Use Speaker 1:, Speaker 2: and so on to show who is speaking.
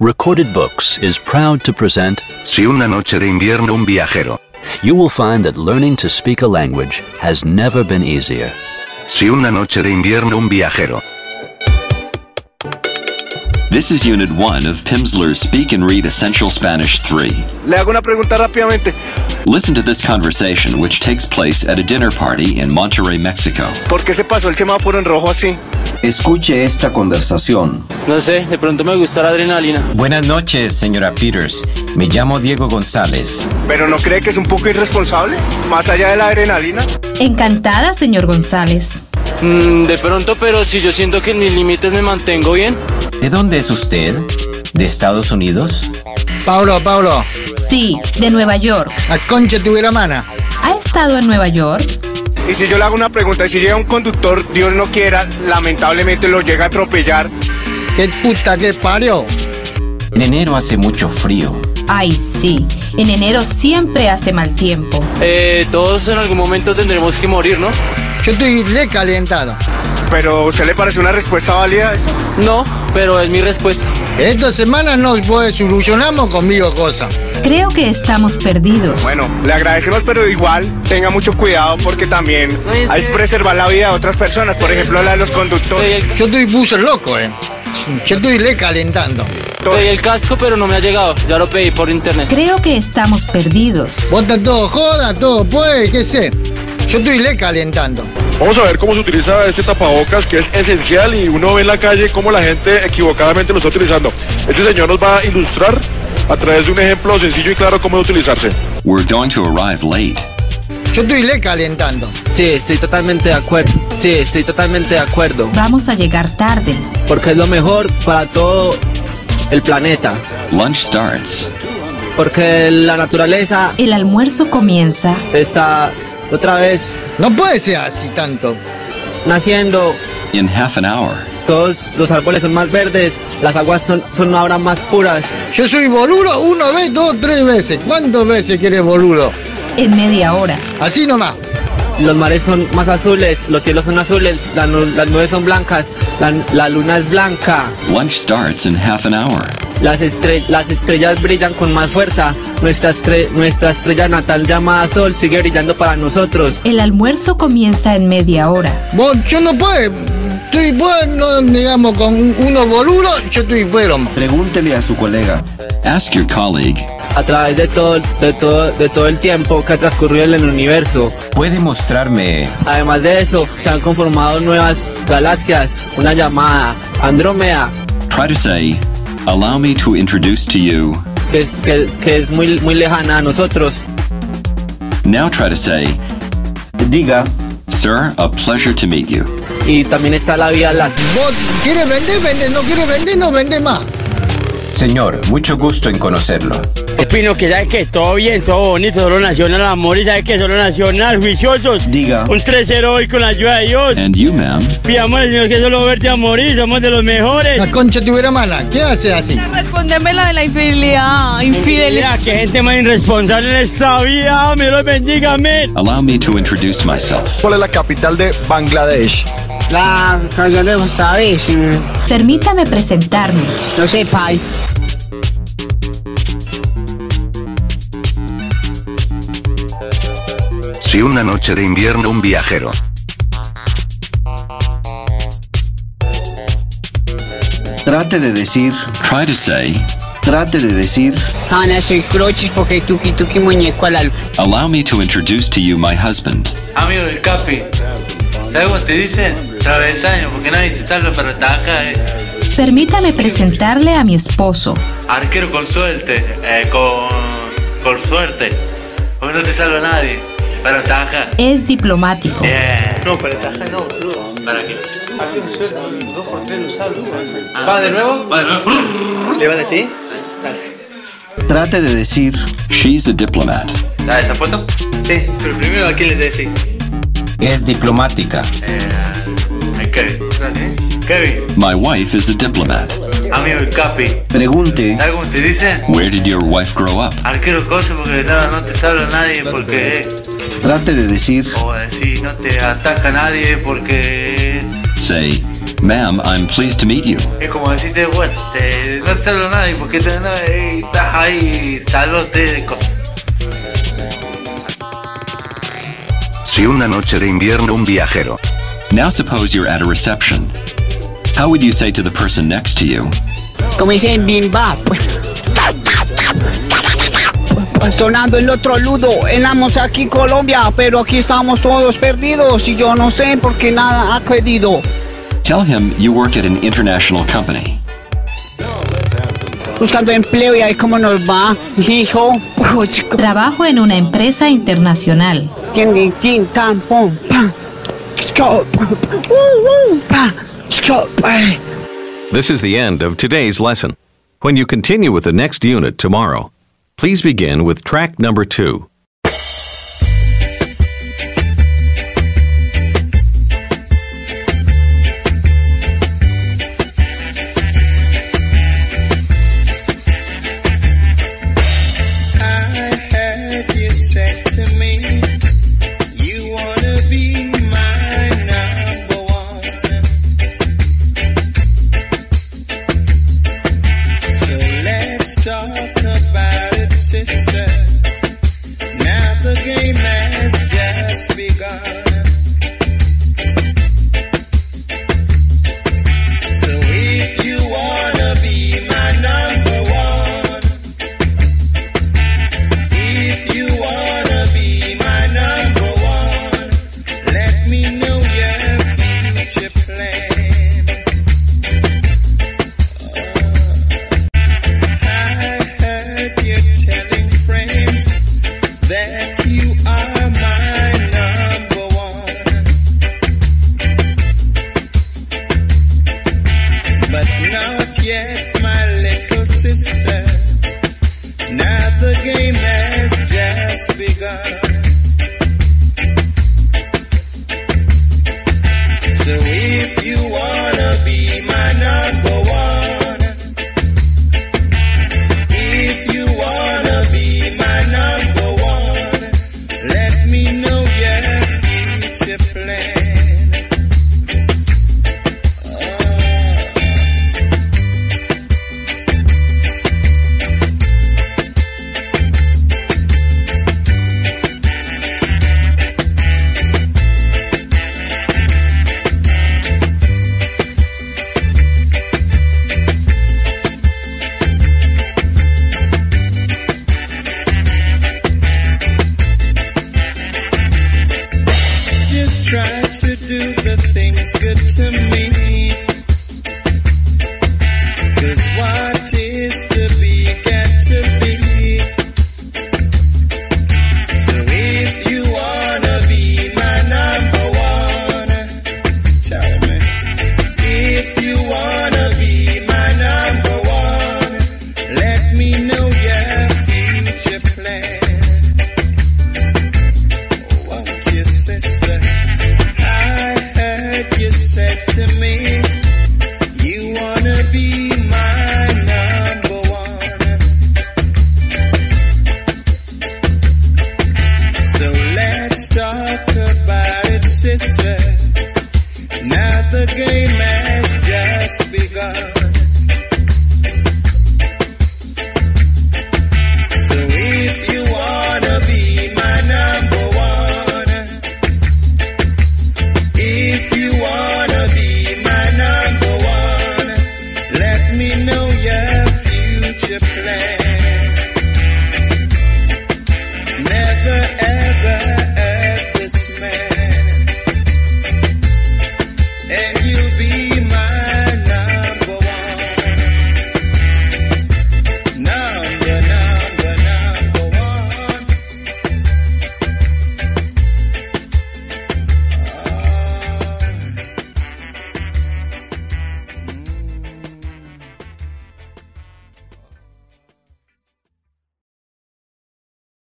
Speaker 1: Recorded Books is proud to present
Speaker 2: Si una noche de invierno un viajero.
Speaker 1: You will find that learning to speak a language has never been easier.
Speaker 2: Si una noche de invierno un viajero.
Speaker 3: This is Unit 1 of Pimsleur's Speak and Read Essential Spanish 3.
Speaker 4: Le hago una pregunta rápidamente.
Speaker 3: Listen to this conversation, which takes place at a dinner party in Monterrey, Mexico.
Speaker 4: ¿Por qué se pasó el semáforo en rojo así?
Speaker 5: Escuche esta conversación.
Speaker 6: No sé, de pronto me gusta la adrenalina.
Speaker 7: Buenas noches, señora Peters. Me llamo Diego González.
Speaker 4: ¿Pero no cree que es un poco irresponsable? Más allá de la adrenalina.
Speaker 8: Encantada, señor González.
Speaker 6: Mm, de pronto, pero si yo siento que en mis límites me mantengo bien.
Speaker 7: ¿De dónde es usted? ¿De Estados Unidos?
Speaker 9: Pablo, Pablo,
Speaker 8: Sí, de Nueva York.
Speaker 9: la concha de tu hermana.
Speaker 8: ¿Ha estado en Nueva York?
Speaker 4: Y si yo le hago una pregunta, y si llega un conductor, Dios no quiera, lamentablemente lo llega a atropellar.
Speaker 9: ¿Qué puta que parió?
Speaker 7: En enero hace mucho frío.
Speaker 8: Ay, sí. En enero siempre hace mal tiempo.
Speaker 6: Eh, todos en algún momento tendremos que morir, ¿no?
Speaker 9: Yo estoy recalentado.
Speaker 4: ¿Pero usted le parece una respuesta válida a eso?
Speaker 6: No, pero es mi respuesta.
Speaker 9: Esta semana nos puede solucionamos conmigo cosa.
Speaker 8: Creo que estamos perdidos.
Speaker 4: Bueno, le agradecemos, pero igual tenga mucho cuidado porque también
Speaker 6: No, es
Speaker 4: hay
Speaker 6: que-
Speaker 4: que preservar la vida de otras personas, por ejemplo la de los
Speaker 6: Pedí
Speaker 4: conductores.
Speaker 6: el,
Speaker 9: Yo estoy puse loco, eh. Yo estoy recalentando.
Speaker 6: pedí el casco, pero no me ha llegado. Ya lo pedí por internet.
Speaker 8: Creo que estamos perdidos.
Speaker 9: Bota todo joda, todo puede, qué sé. Yo estoy recalentando.
Speaker 10: Vamos a ver cómo se utiliza este tapabocas que es esencial y uno ve en la calle cómo la gente equivocadamente lo está utilizando. Este señor nos va a ilustrar a través de un ejemplo sencillo y claro cómo debe utilizarse.
Speaker 3: We're going to arrive late.
Speaker 9: Yo estoy recalentando.
Speaker 11: Sí, estoy totalmente de acuerdo. Sí, estoy totalmente de acuerdo.
Speaker 8: Vamos a llegar tarde.
Speaker 11: Porque es lo mejor para todo el planeta.
Speaker 3: Lunch starts.
Speaker 11: Porque la naturaleza
Speaker 8: El almuerzo comienza.
Speaker 11: está otra vez
Speaker 9: No puede ser así tanto.
Speaker 11: naciendo.
Speaker 3: In half an hour,
Speaker 11: Todos los árboles son más verdes. Las aguas son, son ahora más puras.
Speaker 9: Yo soy boludo una vez, dos, tres veces. ¿Cuántas veces quieres boludo?
Speaker 8: En media hora.
Speaker 9: Así nomás.
Speaker 11: Los mares son más azules. Los cielos son azules. la nu- las nubes son blancas. La, la luna es blanca.
Speaker 3: lunch starts in half an hour.
Speaker 11: Las, estre- las estrellas brillan con más fuerza. Nuestra, estre- nuestra estrella natal llamada Sol sigue brillando para nosotros.
Speaker 8: El almuerzo comienza en media hora.
Speaker 9: Vos, yo no puedo. Estoy bueno, digamos, con uno boludo, yo estoy fuera.
Speaker 5: Pregúntele a su colega.
Speaker 3: Ask your colleague,
Speaker 11: a través de todo, de todo, de todo el tiempo que ha transcurrido en el universo.
Speaker 7: ¿Puede mostrarme?
Speaker 11: Además de eso, se han conformado nuevas galaxias, una llamada Andrómeda,
Speaker 3: try to say, Allow me to introduce to you.
Speaker 11: que es, que, que es muy, muy lejana a nosotros.
Speaker 3: Now try to say,
Speaker 5: Diga,
Speaker 3: Sir, a pleasure to meet you.
Speaker 11: Y también está la Vía Láctea.
Speaker 9: Vos quieres vender, vende, no quieres vender, no vende más.
Speaker 7: Señor, mucho gusto en conocerlo.
Speaker 11: Opino que ya es que todo bien, todo bonito, solo nacional amor y ya es que solo nacional, juiciosos.
Speaker 5: diga,
Speaker 11: 3-0 hoy con la ayuda de Dios.
Speaker 3: And you, ma'am,
Speaker 11: Pidamos al Señor que solo verte a morir, somos de los mejores.
Speaker 9: La concha tuviera mala. ¿Qué hace así?
Speaker 8: Respondeme la de la infidelidad.
Speaker 11: que Ah, gente más irresponsable en esta vida. Me lo bendiga, amén.
Speaker 3: allow me to introduce myself.
Speaker 4: ¿Cuál es la capital de Bangladesh?
Speaker 9: La canción de Gustavés.
Speaker 8: Permítame presentarme.
Speaker 9: No sé, pai.
Speaker 2: Si una noche de invierno un viajero.
Speaker 5: trate de decir,
Speaker 3: Try to say,
Speaker 5: trate de decir,
Speaker 9: Ana, soy crochis porque tuki tuki muñeco al alma.
Speaker 3: Allow me to introduce to you my husband.
Speaker 12: Amigo del Capi, ¿sabes cómo te dicen? Travesaño, porque nadie se salva para atacar.
Speaker 8: Permítame presentarle a mi esposo.
Speaker 12: Arquero con suerte, eh, con, con suerte, porque no te salva nadie para atajar.
Speaker 8: Es diplomático.
Speaker 12: No, para atajar no, ¿Para qué?
Speaker 4: ¿Va de nuevo?
Speaker 12: Bueno,
Speaker 4: ¿Le va a decir?
Speaker 5: trate de decir,
Speaker 3: She's a diplomat.
Speaker 12: dale, ¿estás puesto?
Speaker 4: Sí, pero primero a quién le decís.
Speaker 7: Es diplomática.
Speaker 12: Eh, Kevin. Kevin,
Speaker 3: My wife is a diplomat.
Speaker 12: amigo del Capi,
Speaker 5: pregunte,
Speaker 12: ¿sabes cómo te dicen?
Speaker 3: Where did your wife grow up?
Speaker 12: Arquero cosa porque no, no te salva nadie porque... eh,
Speaker 4: pues.
Speaker 5: trate de decir,
Speaker 12: o decir, no te ataca nadie porque...
Speaker 3: Say, Ma'am, I'm pleased to meet you.
Speaker 12: Es como decirte, bueno, te- no te salvo nadie porque te, no, eh, estás ahí, salvote de cosas.
Speaker 2: Si una noche de invierno un viajero.
Speaker 3: Now suppose you're at a reception. How would you say to the person next to you,
Speaker 13: Como dicen, bimba, pues. Sonando el otro ludo, estamos aquí Colombia, pero aquí estamos todos perdidos y yo no sé por qué nada ha pedido.
Speaker 3: tell him you work at an international company?
Speaker 13: Buscando empleo y ahí cómo nos va, hijo.
Speaker 8: Trabajo en una empresa internacional.
Speaker 13: Tiene tin, tan, pum, pa, chco, pa, uh, uh, pa, eh. chco, pa.
Speaker 14: This is the end of today's lesson. When you continue with the next unit tomorrow, please begin with track number two.
Speaker 15: I had you said to me, you wanna be my number one. So let's talk about it, sister. Now the game has just begun. So if you wanna be my number one. If you wanna be my number one, let me know your future plan. Uh, I heard you telling friends that you are my number one, but not yet, my little sister. Now the game has just begun. So if you wanna be my number one, if you wanna be my number one, let me know your future plan. just try to do the things good to me. Cause what is to be got to be. So if you wanna be my number one, tell me. If you wanna be my number one, let me know your future plan won't you, sister? I heard you said to me, you wanna be my number one. So let's talk about it, sister. Now the game has just begun. So if you wanna be my number one, if you wanna be my number one, let me know your future plan.